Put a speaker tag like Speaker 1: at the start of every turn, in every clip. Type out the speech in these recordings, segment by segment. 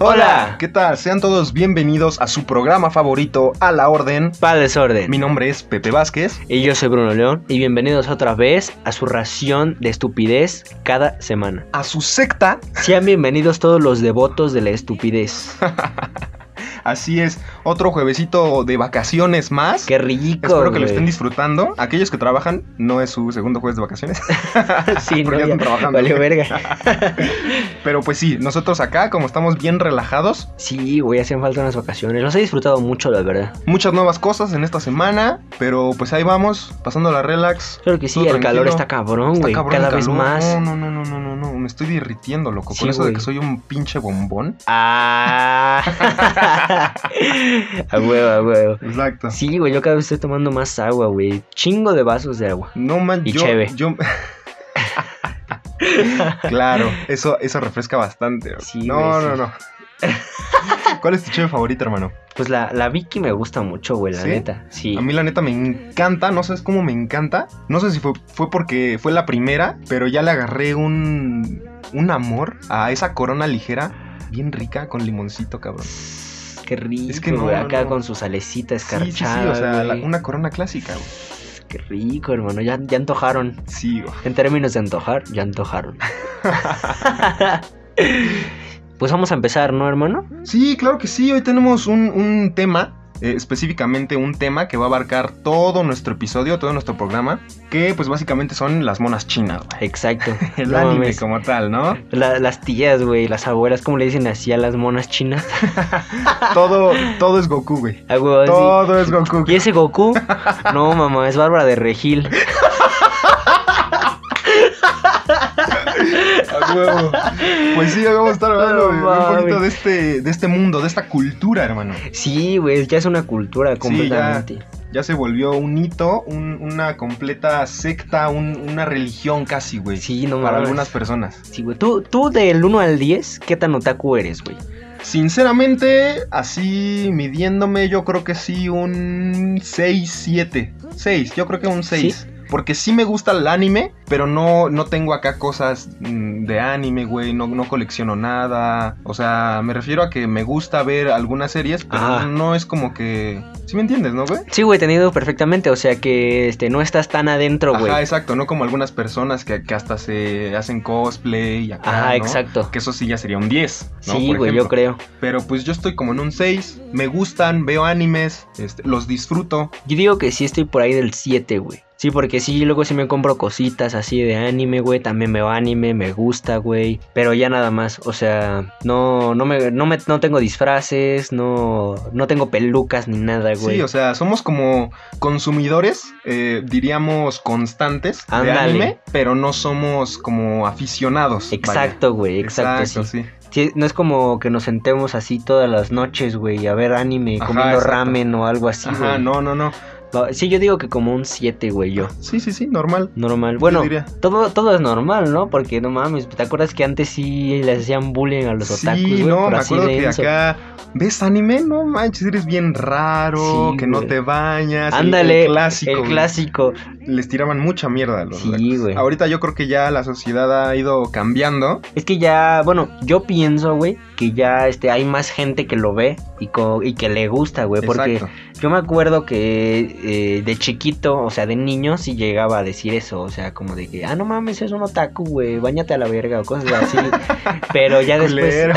Speaker 1: Hola.
Speaker 2: ¿Qué tal? Sean todos bienvenidos a su programa favorito, A la Orden.
Speaker 1: Para desorden.
Speaker 2: Mi nombre es Pepe Vázquez.
Speaker 1: Y yo soy Bruno León y bienvenidos otra vez a su ración de estupidez cada semana.
Speaker 2: A su secta.
Speaker 1: Sean bienvenidos todos los devotos de la estupidez.
Speaker 2: Así es, otro juevesito de vacaciones más.
Speaker 1: Qué rico.
Speaker 2: Espero que lo
Speaker 1: güey.
Speaker 2: estén disfrutando. Aquellos que trabajan, no es su segundo jueves de vacaciones.
Speaker 1: Sí, no,
Speaker 2: porque ya
Speaker 1: ya,
Speaker 2: están trabajando.
Speaker 1: valió verga.
Speaker 2: Pero pues sí, nosotros acá, como estamos bien relajados,
Speaker 1: Sí, güey, hacen falta unas vacaciones. Los he disfrutado mucho, la verdad.
Speaker 2: muchas nuevas cosas en esta semana. Pero pues ahí vamos, pasando la relax.
Speaker 1: Claro que sí,
Speaker 2: Todo
Speaker 1: el calor
Speaker 2: tranquilo.
Speaker 1: está cabrón,
Speaker 2: Está
Speaker 1: güey.
Speaker 2: cabrón el
Speaker 1: Cada vez
Speaker 2: calor.
Speaker 1: más.
Speaker 2: No, no, no, no, no, no, no, Me estoy derritiendo, loco.
Speaker 1: Sí,
Speaker 2: con eso
Speaker 1: güey.
Speaker 2: de que soy un pinche bombón.
Speaker 1: Ah. a huevo, a huevo.
Speaker 2: Exacto.
Speaker 1: Sí, güey, yo cada vez estoy tomando más agua, güey. Chingo de vasos de agua.
Speaker 2: No man,
Speaker 1: Y
Speaker 2: yo,
Speaker 1: cheve.
Speaker 2: yo- claro, eso, eso refresca bastante. bro.
Speaker 1: Sí,
Speaker 2: no,
Speaker 1: güey, sí.
Speaker 2: no, no. ¿Cuál es tu cheve favorita, hermano?
Speaker 1: Pues la, la Vicky me gusta mucho, güey, la
Speaker 2: ¿Sí?
Speaker 1: neta. Sí.
Speaker 2: A mí la neta me encanta, no sabes cómo me encanta. No sé si fue, fue porque fue la primera, pero ya le agarré un, un amor a esa corona ligera, bien rica, con limoncito, cabrón.
Speaker 1: Qué rico,
Speaker 2: que no,
Speaker 1: güey,
Speaker 2: no,
Speaker 1: acá
Speaker 2: no.
Speaker 1: con su salecita
Speaker 2: Sí,
Speaker 1: escarchada.
Speaker 2: sí, sí, o sea, la-
Speaker 1: güey.
Speaker 2: una corona clásica, güey.
Speaker 1: Qué rico, hermano. Ya, ya antojaron.
Speaker 2: Sí, güey.
Speaker 1: En términos de antojar, ya antojaron. pues vamos a empezar, ¿no, hermano?
Speaker 2: Sí, claro que sí. Hoy tenemos un, un tema, eh, específicamente un tema que va a abarcar todo nuestro episodio, todo nuestro programa, que pues básicamente son las monas chinas, güey.
Speaker 1: Exacto.
Speaker 2: El
Speaker 1: No
Speaker 2: anime
Speaker 1: mames.
Speaker 2: como tal, ¿no?
Speaker 1: La- las tías, güey, las abuelas, ¿cómo le dicen así a las monas chinas?
Speaker 2: Todo, todo es Goku, güey.
Speaker 1: A huevo, así.
Speaker 2: Todo es Goku.
Speaker 1: ¿Y ese Goku? No, mamá, es Bárbara de Regil.
Speaker 2: A huevo. Pues sí, hoy vamos a estar hablando
Speaker 1: No
Speaker 2: de- de un poquito
Speaker 1: mames.
Speaker 2: de este, de este mundo, de esta cultura, hermano.
Speaker 1: Sí, güey, ya es una cultura completamente.
Speaker 2: Ya se volvió un hito, un- una completa secta, un- una religión casi, güey.
Speaker 1: Sí, no
Speaker 2: Para
Speaker 1: mames.
Speaker 2: algunas personas.
Speaker 1: Sí, güey. ¿Tú, tú del 1 al 10, ¿qué tan otaku eres, güey?
Speaker 2: Sinceramente, así midiéndome, yo creo que sí un 6, 7. 6, yo creo que un 6. Porque sí me gusta el anime, pero no, no tengo acá cosas mm, de anime, güey. No, no colecciono nada. O sea, me refiero a que me gusta ver algunas series, pero
Speaker 1: Ajá.
Speaker 2: no es como que... ¿Sí me entiendes, no, güey?
Speaker 1: Sí, güey, te entiendo perfectamente. O sea que este, no estás tan adentro, güey.
Speaker 2: Ajá,
Speaker 1: Ajá,
Speaker 2: exacto. No como algunas personas que, que hasta se hacen cosplay y acá, ah, ¿no?
Speaker 1: exacto.
Speaker 2: Que eso sí ya sería un 10, ¿no?
Speaker 1: Sí,
Speaker 2: Por
Speaker 1: güey, yo
Speaker 2: ejemplo.
Speaker 1: creo.
Speaker 2: Pero pues yo estoy como en un 6. Me gustan, veo animes, este, los disfruto.
Speaker 1: Yo digo que sí estoy por ahí del 7, güey. Sí, porque sí, luego sí me compro cositas así de anime, güey. También veo anime, me gusta, güey. Pero ya nada más, o sea, no, no me, no me, no tengo disfraces, no, no tengo pelucas ni nada, güey.
Speaker 2: Sí, o sea, somos como consumidores, eh, diríamos constantes
Speaker 1: Ándale.
Speaker 2: de anime, pero no somos como aficionados. vaya.
Speaker 1: exacto, güey, exacto, sí.
Speaker 2: sí.
Speaker 1: Sí, No es como que nos sentemos así todas las noches, güey, a ver anime,
Speaker 2: Ajá,
Speaker 1: comiendo
Speaker 2: exacto.
Speaker 1: ramen o algo así,
Speaker 2: Ajá,
Speaker 1: güey.
Speaker 2: no, no, no.
Speaker 1: Va- Sí, yo digo que como un 7, güey, yo.
Speaker 2: Sí, sí, sí, normal.
Speaker 1: Normal. Bueno,
Speaker 2: diría.
Speaker 1: todo, todo es normal, ¿no? Porque no mames, ¿te acuerdas que antes sí les hacían bullying a los
Speaker 2: sí,
Speaker 1: otakus, güey?
Speaker 2: no,
Speaker 1: por
Speaker 2: me
Speaker 1: así
Speaker 2: acuerdo
Speaker 1: de
Speaker 2: que
Speaker 1: eso?
Speaker 2: acá ves anime, no manches, eres bien raro,
Speaker 1: Sí,
Speaker 2: que no
Speaker 1: güey.
Speaker 2: te bañas. el-
Speaker 1: Ándale,
Speaker 2: el clásico.
Speaker 1: El
Speaker 2: güey.
Speaker 1: clásico.
Speaker 2: Les tiraban mucha mierda a los
Speaker 1: Sí,
Speaker 2: otakus.
Speaker 1: güey.
Speaker 2: Ahorita yo creo que ya la sociedad ha ido cambiando.
Speaker 1: Es que ya, bueno, yo pienso, güey, que ya este, hay más gente que lo ve y, co- y que le gusta, güey. Porque
Speaker 2: Exacto.
Speaker 1: yo me acuerdo que eh, de chiquito, o sea, de niño, sí llegaba a decir eso. O sea, como de que, ah, no mames, es un otaku, güey, bañate a la verga o cosas así. Pero ya después.
Speaker 2: Culero.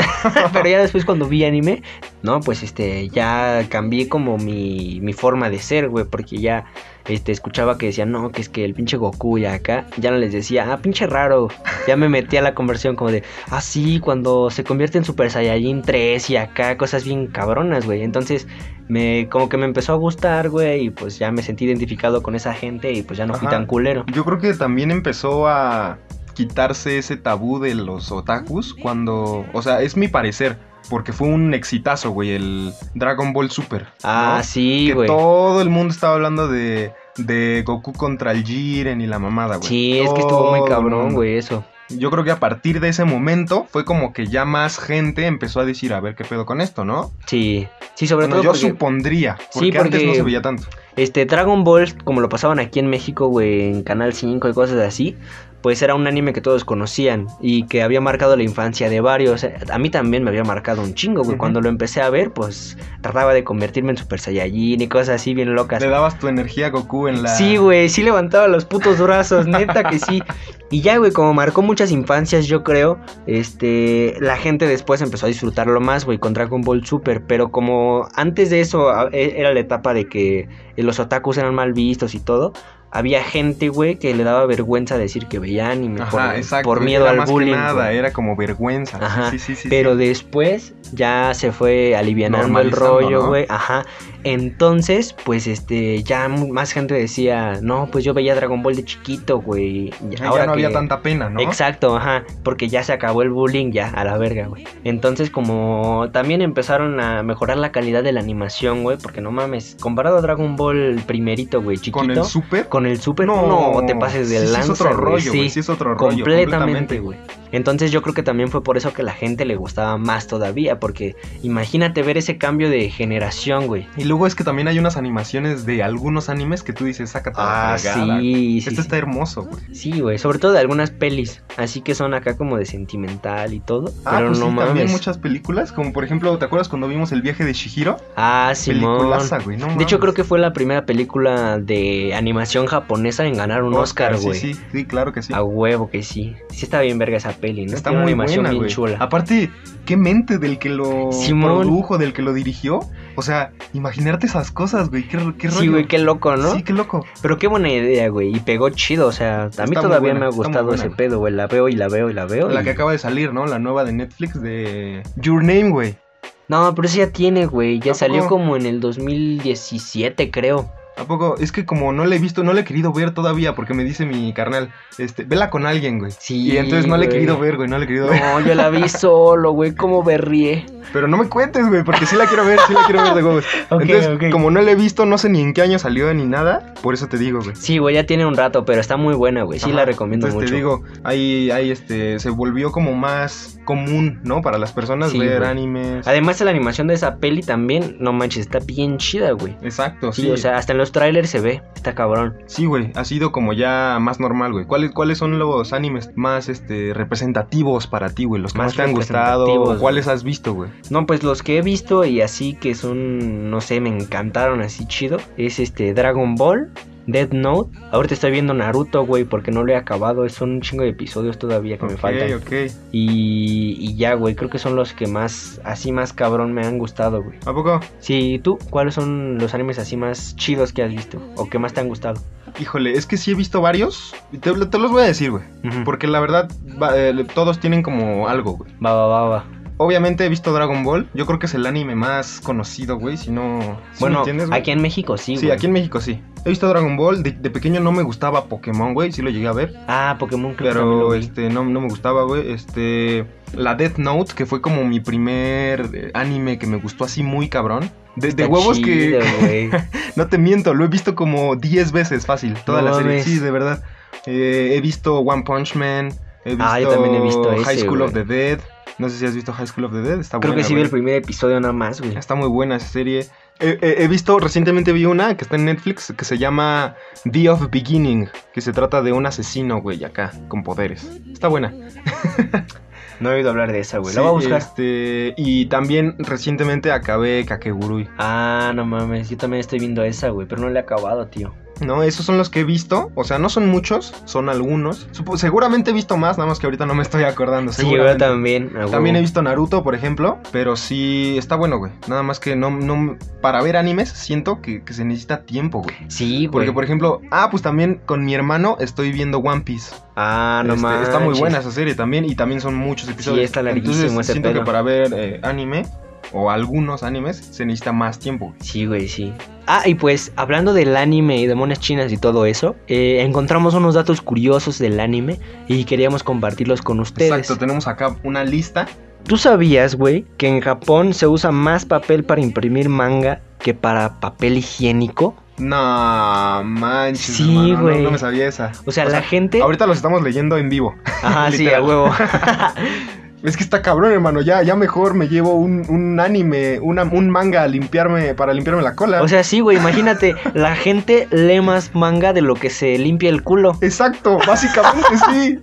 Speaker 1: Pero ya después cuando vi anime, no, pues este, ya cambié como mi, mi forma de ser, güey, porque ya este, escuchaba que decían, no, que es que el pinche Goku ya acá, ya no les decía, ah, pinche raro, ya me metí a la conversión como de, ah, sí, cuando se convierte en Super Saiyajin 3 y acá, cosas bien cabronas, güey, entonces me, como que me empezó a gustar, güey, y pues ya me sentí identificado con esa gente y pues ya no fui
Speaker 2: Ajá.
Speaker 1: tan culero.
Speaker 2: Yo creo que también empezó a quitarse ese tabú de los otakus cuando, o sea, es mi parecer, porque fue un exitazo, güey, el Dragon Ball Super. ¿no?
Speaker 1: Ah, sí,
Speaker 2: que
Speaker 1: güey.
Speaker 2: todo el mundo estaba hablando de, de Goku contra el Jiren y la mamada, güey.
Speaker 1: Sí, es que estuvo
Speaker 2: Todo
Speaker 1: muy
Speaker 2: el
Speaker 1: cabrón,
Speaker 2: mundo.
Speaker 1: güey, eso.
Speaker 2: Yo creo que a partir de ese momento fue como que ya más gente empezó a decir, a ver qué pedo con esto, ¿no?
Speaker 1: Sí, sí, sobre
Speaker 2: Bueno,
Speaker 1: todo
Speaker 2: yo
Speaker 1: porque-
Speaker 2: supondría, porque,
Speaker 1: Sí, porque-
Speaker 2: antes no se veía tanto.
Speaker 1: Este, Dragon Ball, como lo pasaban aquí en México, güey, en Canal 5 y cosas así, pues era un anime que todos conocían y que había marcado la infancia de varios. A mí también me había marcado un chingo, güey. Uh -huh. Cuando lo empecé a ver, pues trataba de convertirme en Super Saiyajin y cosas así bien locas.
Speaker 2: Le dabas tu energía a Goku en la.
Speaker 1: Sí, güey, sí levantaba los putos brazos, neta que sí. Y ya, güey, como marcó muchas infancias, yo creo, este, la gente después empezó a disfrutarlo más, güey, con Dragon Ball Super. Pero como antes de eso e, era la etapa de que eh, los otakus eran mal vistos y todo, había gente, güey, que le daba vergüenza decir que veía anime Ajá, por, exacto, por, miedo
Speaker 2: era
Speaker 1: al
Speaker 2: más
Speaker 1: bullying.
Speaker 2: Que nada, güey. era como vergüenza.
Speaker 1: Ajá, sí, sí, sí, pero después ya se fue alivianando el rollo, ¿no? güey. Ajá. Entonces, pues este, ya más gente decía, no, pues yo veía Dragon Ball de chiquito, güey.
Speaker 2: Y ahora ya no que... había tanta pena, ¿no?
Speaker 1: Exacto, ajá. Porque ya se acabó el bullying, ya, a la verga, güey. Entonces, como también empezaron a mejorar la calidad de la animación, güey. Porque no mames, comparado a Dragon Ball primerito, güey, chiquito.
Speaker 2: Con el super.
Speaker 1: Con el super, no, no te pases de
Speaker 2: sí,
Speaker 1: lanza.
Speaker 2: Sí, es otro rollo, güey. Sí, sí, es otro rollo.
Speaker 1: Completamente, güey. Entonces yo creo que también fue por eso que la gente le gustaba más todavía, porque imagínate ver ese cambio de generación, güey.
Speaker 2: Y luego es que también hay unas animaciones de algunos animes que tú dices, sácate
Speaker 1: ah,
Speaker 2: la
Speaker 1: fregada. Sí,
Speaker 2: este
Speaker 1: sí,
Speaker 2: está hermoso, güey.
Speaker 1: Sí, güey, sobre todo de algunas pelis, así que son acá como de sentimental y todo,
Speaker 2: ah,
Speaker 1: pero
Speaker 2: pues
Speaker 1: no
Speaker 2: sí,
Speaker 1: mames.
Speaker 2: también muchas películas, como por ejemplo, ¿te acuerdas cuando vimos El viaje de Shihiro?
Speaker 1: Ah, sí,
Speaker 2: Peliculaza, güey, no
Speaker 1: De
Speaker 2: mames.
Speaker 1: hecho creo que fue la primera película de animación japonesa en ganar un Oscar,
Speaker 2: Oh, sí,
Speaker 1: güey.
Speaker 2: Sí, sí, sí, claro que sí.
Speaker 1: A huevo que sí. Sí está bien verga esa peli, ¿no?
Speaker 2: Está
Speaker 1: Tiene
Speaker 2: muy
Speaker 1: una animación
Speaker 2: buena,
Speaker 1: bien
Speaker 2: güey. Ah,
Speaker 1: chula.
Speaker 2: Aparte, qué mente del que lo
Speaker 1: Simón.
Speaker 2: produjo, del que lo dirigió. O sea, imaginarte esas cosas, güey. Qué, qué rollo.
Speaker 1: Sí, güey, qué loco, ¿no?
Speaker 2: Sí, qué loco.
Speaker 1: Pero qué buena idea, güey. Y pegó chido, o sea, a mí
Speaker 2: muy
Speaker 1: todavía
Speaker 2: buena,
Speaker 1: me ha
Speaker 2: está muy
Speaker 1: gustado
Speaker 2: buena,
Speaker 1: ese
Speaker 2: güey.
Speaker 1: pedo, güey. La veo y la veo y la veo.
Speaker 2: La
Speaker 1: y-
Speaker 2: que acaba de salir, ¿no? La nueva de Netflix de Your Name, güey.
Speaker 1: No, pero esa ya tiene, güey. Ya
Speaker 2: ¿A
Speaker 1: salió
Speaker 2: poco?
Speaker 1: como en el 2017, creo.
Speaker 2: ¿A poco? Es que como no la he visto, no la he querido ver todavía, porque me dice mi carnal, este, vela con alguien, güey.
Speaker 1: Sí,
Speaker 2: Y entonces no la he
Speaker 1: güey.
Speaker 2: querido ver, güey, no la he querido ver.
Speaker 1: No, yo la vi solo, güey. Cómo berrié.
Speaker 2: Pero no me cuentes, güey, porque sí la quiero ver, sí la quiero ver de huevos.
Speaker 1: Ok,
Speaker 2: entonces,
Speaker 1: ok.
Speaker 2: como no la he visto, no sé ni en qué año salió ni nada, por eso te digo, güey.
Speaker 1: Sí, güey, ya tiene un rato, pero está muy buena, güey. Sí,
Speaker 2: Ajá.
Speaker 1: la recomiendo
Speaker 2: Entonces
Speaker 1: mucho.
Speaker 2: te digo, ahí, ahí este, se volvió como más común, ¿no? Para las personas
Speaker 1: Sí,
Speaker 2: ver
Speaker 1: güey. Ah,
Speaker 2: animes.
Speaker 1: Además, la animación de esa peli también, no manches, está bien chida, güey.
Speaker 2: Exacto,
Speaker 1: Sí,
Speaker 2: sí.
Speaker 1: o sea, hasta en los trailers se ve. Está cabrón.
Speaker 2: Sí, güey, ha sido como ya más normal, güey. ¿Cuáles, ¿Cuáles son los animes más este, representativos para ti, güey? Los que
Speaker 1: Más
Speaker 2: más, te han gustado,
Speaker 1: representativos,
Speaker 2: o cuáles has visto, güey.
Speaker 1: No, pues los que he visto y así que son, no sé, me encantaron así chido. Es este Dragon Ball, Death Note. Ahorita estoy viendo Naruto, güey, porque no lo he acabado. Son un chingo de episodios todavía que me
Speaker 2: Ok,
Speaker 1: faltan.
Speaker 2: ok.
Speaker 1: Y, y ya, güey, creo que son los que más, así más cabrón me han gustado, güey.
Speaker 2: ¿A poco?
Speaker 1: Sí, ¿y tú cuáles son los animes así más chidos que has visto o que más te han gustado?
Speaker 2: Híjole, es que sí he visto varios. y Te, te los voy a decir, güey.
Speaker 1: Ujú.
Speaker 2: Porque la verdad, va- eh, todos tienen como algo, güey.
Speaker 1: Va, va, va, va.
Speaker 2: Obviamente he visto Dragon Ball. Yo creo que es el anime más conocido, güey. Si no. ¿sí me
Speaker 1: bueno,
Speaker 2: entiendes, güey?
Speaker 1: aquí en México sí,
Speaker 2: Sí,
Speaker 1: güey.
Speaker 2: aquí en México sí. He visto Dragon Ball. De, de pequeño no me gustaba Pokémon, güey. Sí lo llegué a ver.
Speaker 1: Ah, Pokémon creo que también lo
Speaker 2: Pero
Speaker 1: vi.
Speaker 2: este, no, no me gustaba, güey. Este. La Death Note, que fue como mi primer eh, anime que me gustó así muy cabrón. De, de
Speaker 1: Está
Speaker 2: huevos
Speaker 1: chido,
Speaker 2: que.
Speaker 1: güey.
Speaker 2: No te miento, lo he visto como 10 veces fácil. Toda
Speaker 1: No
Speaker 2: la serie.
Speaker 1: mames.
Speaker 2: Sí, de verdad. Eh, he visto One Punch Man. He visto
Speaker 1: Ah, yo también he visto
Speaker 2: High
Speaker 1: ese,
Speaker 2: School
Speaker 1: güey.
Speaker 2: of the Dead. No sé si has visto High School of the Dead. Está
Speaker 1: Creo que
Speaker 2: buena,
Speaker 1: sí vi
Speaker 2: güey.
Speaker 1: el primer episodio nada más, güey.
Speaker 2: Está muy buena esa serie. He, he- he visto, recientemente vi una que está en Netflix que se llama The of Beginning, que se trata de un asesino, güey, acá, con poderes. Está buena.
Speaker 1: No he oído hablar de esa, güey.
Speaker 2: Sí,
Speaker 1: la voy a buscar.
Speaker 2: este, y también recientemente acabé Kakegurui.
Speaker 1: Ah, no mames. Yo también estoy viendo esa, güey. Pero no la he acabado, tío.
Speaker 2: No, esos son los que he visto. O sea, no son muchos, son algunos. Supo- seguramente he visto más, nada más que ahorita no me estoy acordando.
Speaker 1: Sí, yo
Speaker 2: seguramente.
Speaker 1: también. a
Speaker 2: También he
Speaker 1: huevo.
Speaker 2: visto Naruto, por ejemplo, pero sí está bueno, güey. Nada más que no, no para ver animes siento que, que se necesita tiempo, güey.
Speaker 1: Sí, güey.
Speaker 2: Porque, por ejemplo, ah, pues también con mi hermano estoy viendo One Piece.
Speaker 1: Ah, no
Speaker 2: Este,
Speaker 1: mames.
Speaker 2: está muy buena esa serie también y también son muchos episodios.
Speaker 1: está larguísimo
Speaker 2: Entonces,
Speaker 1: ese
Speaker 2: siento
Speaker 1: pedo.
Speaker 2: que para ver eh, anime o algunos animes se necesita más tiempo.
Speaker 1: Sí, güey, sí. Ah, y pues, hablando del anime y de monas chinas y todo eso, eh, encontramos unos datos curiosos del anime y queríamos compartirlos con ustedes.
Speaker 2: Exacto, tenemos acá una lista.
Speaker 1: ¿Tú sabías, güey, que en Japón se usa más papel para imprimir manga que para papel higiénico?
Speaker 2: No manches,
Speaker 1: Sí,
Speaker 2: hermano, no-
Speaker 1: güey.
Speaker 2: No, me sabía esa.
Speaker 1: O sea, la gente...
Speaker 2: Ahorita los estamos leyendo en vivo.
Speaker 1: Ajá, sí, a
Speaker 2: Literal.
Speaker 1: huevo.
Speaker 2: Es que está cabrón, hermano. Ya, ya mejor me llevo un, un anime, una, un manga a limpiarme, para limpiarme la cola.
Speaker 1: O sea, sí, güey, imagínate, la gente lee más manga de lo que se limpia el culo.
Speaker 2: Exacto, básicamente sí.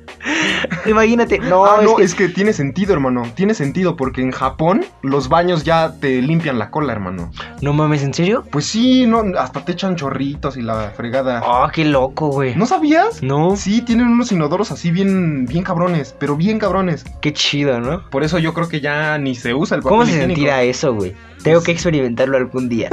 Speaker 1: Imagínate, no,
Speaker 2: Ah,
Speaker 1: es
Speaker 2: no,
Speaker 1: que-
Speaker 2: es que tiene sentido, hermano. Tiene sentido porque en Japón los baños ya te limpian la cola, hermano.
Speaker 1: no mames, ¿en serio?
Speaker 2: Pues sí, no, hasta te echan chorritos y la fregada.
Speaker 1: Oh, qué loco, güey.
Speaker 2: ¿No sabías?
Speaker 1: No,
Speaker 2: Sí, tienen unos inodoros así bien, bien cabrones, pero bien cabrones.
Speaker 1: qué chido, ¿no?
Speaker 2: Por eso yo creo que ya ni se usa el papel
Speaker 1: ¿Cómo se
Speaker 2: higiénico.
Speaker 1: sentirá eso, güey? Tengo que experimentarlo algún día.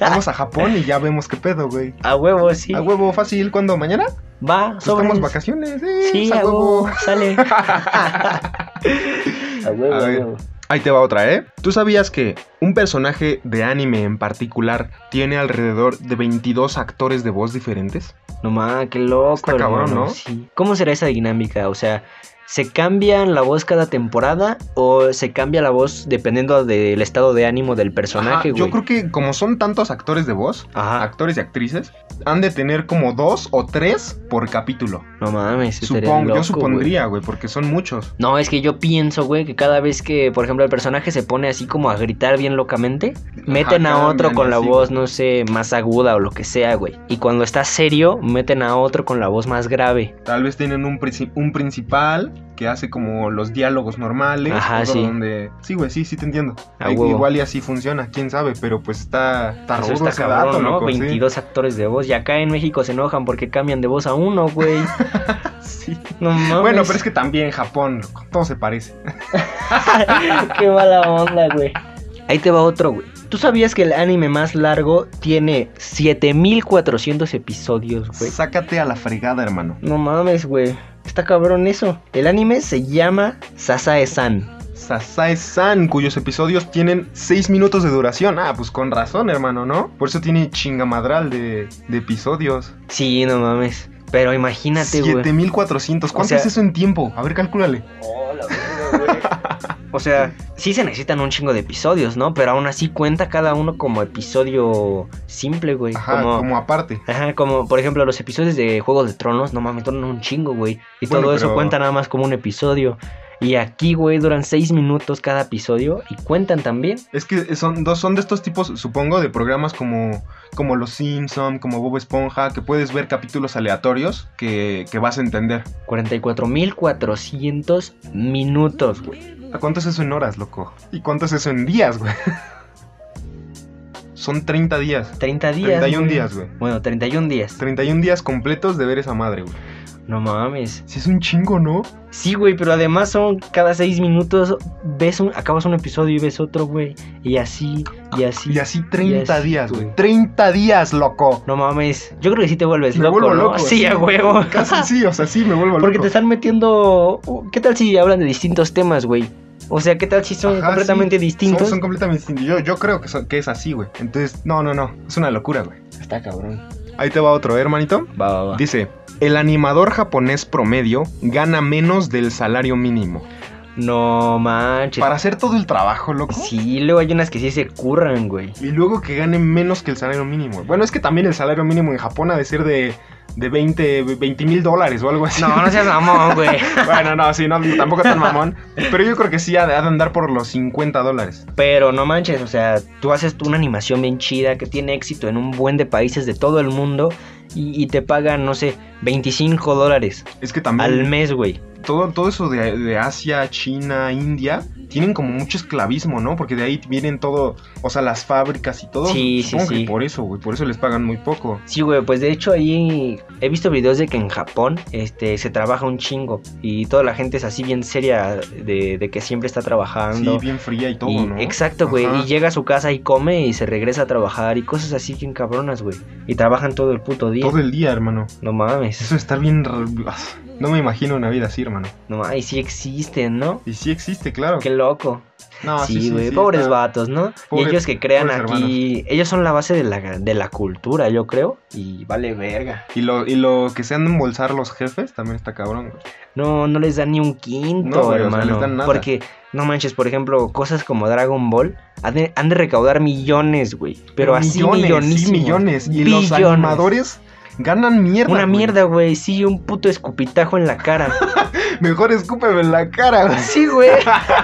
Speaker 2: Vamos a Japón y ya vemos qué pedo, güey.
Speaker 1: A huevo, sí.
Speaker 2: A huevo fácil, ¿cuándo? ¿Mañana? Pues
Speaker 1: Va, sobre.
Speaker 2: Estamos vacaciones, eh,
Speaker 1: Sí,
Speaker 2: a huevo.
Speaker 1: sale. a huevo,
Speaker 2: A
Speaker 1: a
Speaker 2: ver.
Speaker 1: huevo.
Speaker 2: Ahí te va otra, ¿eh? ¿Tú sabías que un personaje de anime en particular tiene alrededor de 22 actores de voz diferentes?
Speaker 1: No mames, qué loco.
Speaker 2: Está cabrón,
Speaker 1: hermano,
Speaker 2: ¿no?
Speaker 1: Sí. ¿Cómo será esa dinámica? O sea, ¿se cambia la voz cada temporada o se cambia la voz dependiendo del estado de ánimo del personaje,
Speaker 2: Ajá,
Speaker 1: güey?
Speaker 2: yo creo que como son tantos actores de voz,
Speaker 1: Ajá,
Speaker 2: actores y actrices, han de tener como dos o tres por capítulo.
Speaker 1: no mames, estaría
Speaker 2: Supongo,
Speaker 1: loco,
Speaker 2: yo
Speaker 1: güey.
Speaker 2: supondría, güey, porque son muchos.
Speaker 1: No, es que yo pienso, güey, que cada vez que, por ejemplo, el personaje se pone así como a gritar bien locamente, meten a
Speaker 2: cambian,
Speaker 1: otro con la
Speaker 2: así,
Speaker 1: voz,
Speaker 2: güey.
Speaker 1: no sé, más aguda o lo que sea, güey. Y cuando está serio, meten a otro con la voz más grave.
Speaker 2: Tal vez tienen un, princi- un principal que hace como los diálogos normales.
Speaker 1: Ajá,
Speaker 2: todo
Speaker 1: sí.
Speaker 2: Donde... Sí, güey, sí, sí te entiendo.
Speaker 1: A
Speaker 2: Ay,
Speaker 1: huevo.
Speaker 2: Igual y así funciona, quién sabe, pero pues está... Está
Speaker 1: Eso
Speaker 2: rudo
Speaker 1: está
Speaker 2: ese
Speaker 1: cabrón,
Speaker 2: dato,
Speaker 1: ¿no?
Speaker 2: loco, sí.
Speaker 1: 22 actores de voz. Y acá en México se enojan porque cambian de voz a uno, güey.
Speaker 2: Sí.
Speaker 1: No mames.
Speaker 2: Bueno, pero es que también Japón, loco, todo se parece.
Speaker 1: Qué mala onda, güey. Ahí te va otro, güey. ¿Tú sabías que el anime más largo tiene 7400 episodios, güey?
Speaker 2: Sácate a la fregada, hermano.
Speaker 1: No mames, güey. Está cabrón eso. El anime se llama Sasae-san.
Speaker 2: Sasae-san, cuyos episodios tienen 6 minutos de duración. Ah, pues con razón, hermano, ¿no? Por eso tiene chingamadral de, de episodios.
Speaker 1: Sí, no mames. Pero imagínate, güey.
Speaker 2: 7400. ¿Cuánto
Speaker 1: O sea-
Speaker 2: es eso en tiempo? A ver, cálculale.
Speaker 1: O sea, sí se necesitan un chingo de episodios, ¿no? Pero aún así cuenta cada uno como episodio simple, güey.
Speaker 2: Ajá,
Speaker 1: Como-
Speaker 2: como, aparte.
Speaker 1: Ajá, como por ejemplo los episodios de Juegos de Tronos, no mames, duran un chingo, güey. Y
Speaker 2: Bueno,
Speaker 1: todo eso
Speaker 2: pero-
Speaker 1: cuenta nada más como un episodio. Y aquí, güey, duran seis minutos cada episodio y cuentan también.
Speaker 2: Es que son, dos, son de estos tipos, supongo, de programas como, como Los Simpson, como Bob Esponja, que puedes ver capítulos aleatorios que, que vas a entender.
Speaker 1: 44.400 minutos, güey.
Speaker 2: ¿A cuánto es eso en horas, loco? ¿Y cuánto es eso en días, güey? Son 30 días.
Speaker 1: 30 días.
Speaker 2: 31
Speaker 1: güey.
Speaker 2: días, güey.
Speaker 1: Bueno, 31 días.
Speaker 2: 31 días completos de ver esa madre, güey.
Speaker 1: No mames.
Speaker 2: Si es un chingo, ¿no?
Speaker 1: Sí, güey, pero además son cada seis minutos, ves un, acabas un episodio y ves otro, güey. Y así, y así.
Speaker 2: Y así 30
Speaker 1: y así,
Speaker 2: días, güey.
Speaker 1: güey.
Speaker 2: 30 días, loco.
Speaker 1: No mames. Yo creo que sí te vuelves
Speaker 2: Me
Speaker 1: loco,
Speaker 2: vuelvo
Speaker 1: ¿no?
Speaker 2: loco,
Speaker 1: Sí,
Speaker 2: sí.
Speaker 1: a huevo.
Speaker 2: Casi sí, o sea, sí me vuelvo
Speaker 1: Porque te
Speaker 2: loco.
Speaker 1: están metiendo. oh, ¿Qué tal si hablan de distintos temas, güey? O sea, ¿qué tal si son
Speaker 2: Ajá,
Speaker 1: completamente
Speaker 2: sí.
Speaker 1: distintos?
Speaker 2: Son, son completamente distintos. Yo, yo creo que, son- que es así, güey. Entonces, no, no, no. Es una locura, güey.
Speaker 1: Está cabrón.
Speaker 2: Ahí te va otro, ¿eh, hermanito.
Speaker 1: Va, va, va.
Speaker 2: Dice, el animador japonés promedio gana menos del salario mínimo.
Speaker 1: No manches.
Speaker 2: Para hacer todo el trabajo, loco.
Speaker 1: Sí, luego hay unas que sí se curran, güey.
Speaker 2: Y luego que gane menos que el salario mínimo. Bueno, es que también el salario mínimo en Japón ha de ser de, de 20 mil dólares o algo así.
Speaker 1: No, no seas mamón, güey.
Speaker 2: Bueno, no, sí, no, tampoco tan mamón. Pero yo creo que sí ha de, ha de andar por los 50 dólares.
Speaker 1: Pero no manches, o sea, tú haces tú una animación bien chida que tiene éxito en un buen de países de todo el mundo y, y te pagan, no sé, 25 dólares
Speaker 2: Es que
Speaker 1: al
Speaker 2: también
Speaker 1: mes, güey.
Speaker 2: todo, todo eso de, de Asia, China, India, tienen como mucho esclavismo, ¿no? Porque de ahí vienen todo, o sea, las fábricas y todo.
Speaker 1: Sí, sí,
Speaker 2: Supongo que
Speaker 1: sí.
Speaker 2: por eso, güey, por eso les pagan muy poco.
Speaker 1: Sí, güey, pues de hecho ahí he visto videos de que en Japón este, se trabaja un chingo y toda la gente es así bien seria de, de que siempre está trabajando.
Speaker 2: Sí, bien fría y todo,
Speaker 1: Y-
Speaker 2: ¿no?
Speaker 1: Exacto, güey.
Speaker 2: Ajá.
Speaker 1: Y llega a su casa y come y se regresa a trabajar y cosas así bien cabronas, güey. Y trabajan todo el puto día.
Speaker 2: Todo el día, hermano.
Speaker 1: No mames.
Speaker 2: Eso está bien... r- ah, No me imagino una vida así, hermano.
Speaker 1: No mames, sí existen, ¿no?
Speaker 2: Y sí existe, claro.
Speaker 1: Qué loco.
Speaker 2: No,
Speaker 1: sí, güey. Pobres
Speaker 2: está-
Speaker 1: vatos, ¿no?
Speaker 2: Pobres-
Speaker 1: y ellos que crean
Speaker 2: pobres
Speaker 1: aquí. Ellos son la base de la, de la cultura, yo creo. Y vale verga.
Speaker 2: Y lo, y lo que se han de embolsar los jefes también está cabrón, güey.
Speaker 1: No, no les dan ni un quinto,
Speaker 2: No, güey, o sea,
Speaker 1: hermano.
Speaker 2: les dan nada.
Speaker 1: Porque, no manches, por ejemplo, cosas como Dragon Ball han de, han de recaudar millones, güey. Pero así
Speaker 2: millones, sí,
Speaker 1: millonísimos.
Speaker 2: millones. Y los
Speaker 1: Billones.
Speaker 2: animadores Ganan mierda.
Speaker 1: Una mierda, güey. Sí, un puto escupitajo en la cara.
Speaker 2: Mejor escúpeme en la cara, güey.
Speaker 1: sí, güey.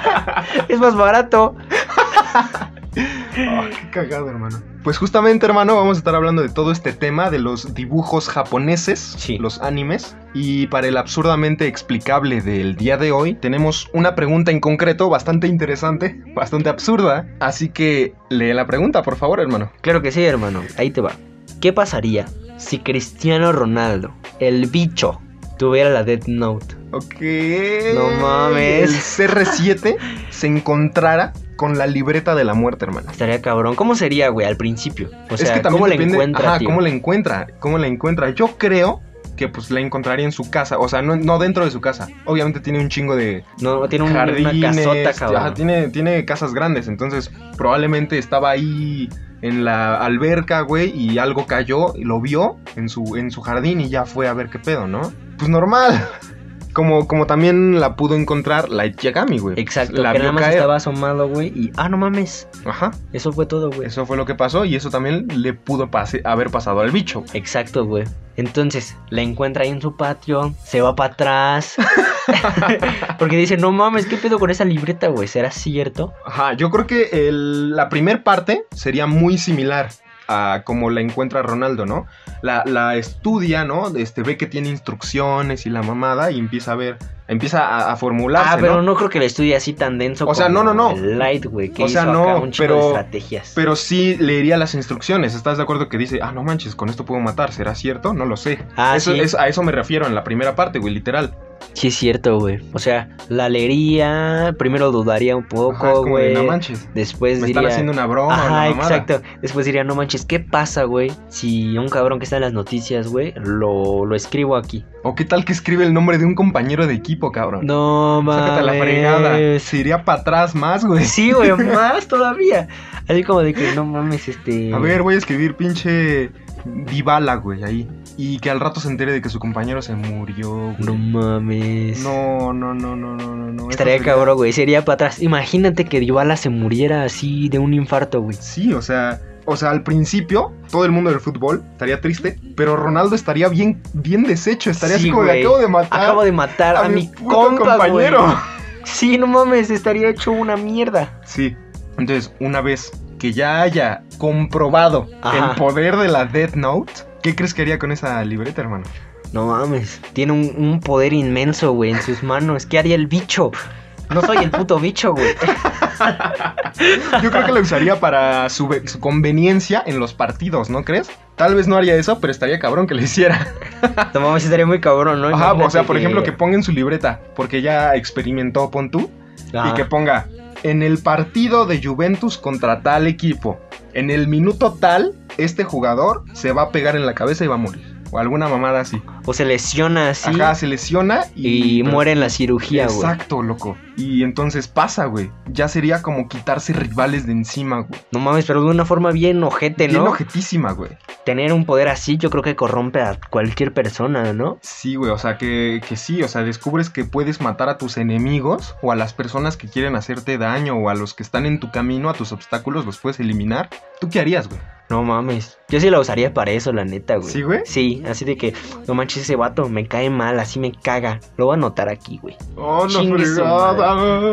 Speaker 1: es más barato.
Speaker 2: Ah, qué cagado, hermano. Pues justamente, hermano, vamos a estar hablando de todo este tema de los dibujos japoneses,
Speaker 1: Sí.
Speaker 2: los animes. Y para el absurdamente explicable del día de hoy, tenemos una pregunta en concreto bastante interesante, bastante absurda. Así que lee la pregunta, por favor, hermano.
Speaker 1: Claro que sí, hermano. Ahí te va. ¿Qué pasaría si Cristiano Ronaldo, el bicho, tuviera la Death Note?
Speaker 2: Ok.
Speaker 1: No
Speaker 2: El
Speaker 1: mames.
Speaker 2: CR7 se encontrara con la libreta de la muerte, hermano.
Speaker 1: Estaría cabrón. ¿Cómo sería, güey, al principio? O sea, ¿cómo le
Speaker 2: depende-
Speaker 1: encuentra,
Speaker 2: ajá,
Speaker 1: tío?
Speaker 2: ¿cómo la encuentra? ¿Cómo la encuentra? Yo creo que pues la encontraría en su casa, o sea, no, no dentro de su casa. Obviamente tiene un chingo de
Speaker 1: No, tiene un-
Speaker 2: jardines,
Speaker 1: una casota, cabrón.
Speaker 2: ajá, tiene, tiene casas grandes, entonces probablemente estaba ahí en la alberca, güey, y algo cayó, y lo vio en su, en su jardín y ya fue a ver qué pedo, ¿no? Pues normal. Como, como también la pudo encontrar la Yagami, güey.
Speaker 1: Exacto,
Speaker 2: Este, la
Speaker 1: que
Speaker 2: vio
Speaker 1: nada más
Speaker 2: caer.
Speaker 1: estaba asomado, güey, y... Ah, no mames,
Speaker 2: Ajá.
Speaker 1: eso fue todo, güey.
Speaker 2: Eso fue lo que pasó y eso también le pudo pase- haber pasado al bicho.
Speaker 1: Exacto, güey. Entonces, la encuentra ahí en su patio, se va para atrás. Porque dice, no mames, ¿qué pedo con esa libreta, güey? ¿Será cierto?
Speaker 2: Ajá, yo creo que el- la primer parte sería muy similar a como la encuentra Ronaldo, ¿no? La, la estudia, ¿no? Este, ve que tiene instrucciones y la mamada y empieza a ver, empieza a, a formularse,
Speaker 1: Ah, pero
Speaker 2: ¿no?
Speaker 1: no, creo que lo estudie así tan denso.
Speaker 2: O sea,
Speaker 1: como
Speaker 2: no, no, no.
Speaker 1: el Light, güey, que
Speaker 2: O sea,
Speaker 1: hizo
Speaker 2: no,
Speaker 1: acá un chico
Speaker 2: pero-
Speaker 1: de estrategias.
Speaker 2: Pero sí leería las instrucciones, ¿estás de acuerdo que dice, ah, no manches, con esto puedo matar, ¿será cierto? No lo sé.
Speaker 1: Ah,
Speaker 2: eso,
Speaker 1: sí.
Speaker 2: es, a eso me refiero en la primera parte, güey, literal.
Speaker 1: Sí, es cierto, güey. O sea, la leería, primero dudaría un
Speaker 2: Ajá, es
Speaker 1: poco,
Speaker 2: como de,
Speaker 1: güey.
Speaker 2: no manches,
Speaker 1: Después
Speaker 2: me
Speaker 1: diría.
Speaker 2: están haciendo una broma, una
Speaker 1: Ajá,
Speaker 2: mamada.
Speaker 1: exacto. Después diría, no manches, ¿qué pasa, güey? Si un cabrón que está en las noticias, güey, lo, lo escribo aquí.
Speaker 2: O qué tal que escribe el nombre de un compañero de equipo, cabrón.
Speaker 1: No mames.
Speaker 2: Sácate a la fregada. Se iría para atrás más, güey.
Speaker 1: Sí, güey, más todavía. Así como de que no mames, este.
Speaker 2: A ver, voy a escribir pinche Dibala, güey, ahí. Y que al rato se entere de que su compañero se murió,
Speaker 1: No
Speaker 2: güey.
Speaker 1: mames.
Speaker 2: No, no, no, no, no, no. no.
Speaker 1: Estaría
Speaker 2: Eso sería-
Speaker 1: cabrón, güey. Sería para atrás. Imagínate que Dybala se muriera así de un infarto, güey.
Speaker 2: Sí, o sea, o sea, al principio todo el mundo del fútbol estaría triste, pero Ronaldo estaría bien, bien deshecho. Estaría
Speaker 1: Sí,
Speaker 2: así como
Speaker 1: güey.
Speaker 2: le acabo de matar.
Speaker 1: Acabo de matar a, mi
Speaker 2: Ah, puto
Speaker 1: compa, compañero. Sí, no mames, estaría hecho una mierda.
Speaker 2: Sí. Entonces, una vez que ya haya comprobado
Speaker 1: Ajá.
Speaker 2: el poder de la Death Note, ¿qué crees que haría con esa libreta, hermano?
Speaker 1: No mames. Tiene un, un poder inmenso, güey, en sus manos. ¿Qué haría el bicho? No soy el puto bicho, güey.
Speaker 2: Yo creo que lo usaría para su, ve- su conveniencia en los partidos, ¿no crees? Tal vez no haría eso, pero estaría cabrón que lo hiciera.
Speaker 1: No mames, estaría muy cabrón, ¿no?
Speaker 2: Ajá, o sea,
Speaker 1: Imagínate
Speaker 2: por ejemplo, que ponga en su libreta, porque ya experimentó pon tú,
Speaker 1: Ajá.
Speaker 2: y que ponga en el partido de Juventus contra tal equipo, en el minuto tal, este jugador se va a pegar en la cabeza y va a morir. O alguna mamada así.
Speaker 1: O se lesiona así
Speaker 2: Ajá, se lesiona y, pues
Speaker 1: y muere en la cirugía, güey.
Speaker 2: Exacto, loco. Y entonces pasa, güey. Ya sería como quitarse rivales de encima, güey.
Speaker 1: No mames, pero de una forma bien ojete,
Speaker 2: Bien
Speaker 1: ¿no?
Speaker 2: objetísima, güey.
Speaker 1: Tener un poder así yo creo que corrompe a cualquier persona, ¿no?
Speaker 2: Sí, güey, o sea que, que sí, o sea, descubres que puedes matar a tus enemigos o a las personas que quieren hacerte daño o a los que están en tu camino, a tus obstáculos, los puedes eliminar. ¿Tú qué harías, güey?
Speaker 1: No mames. Yo sí la usaría para eso, la neta, güey.
Speaker 2: ¿Sí, güey?
Speaker 1: Sí, así de que, no manches ese vato, me cae mal, así me caga. Lo voy a anotar aquí, güey.
Speaker 2: Oh,
Speaker 1: no, Chingue su fregada,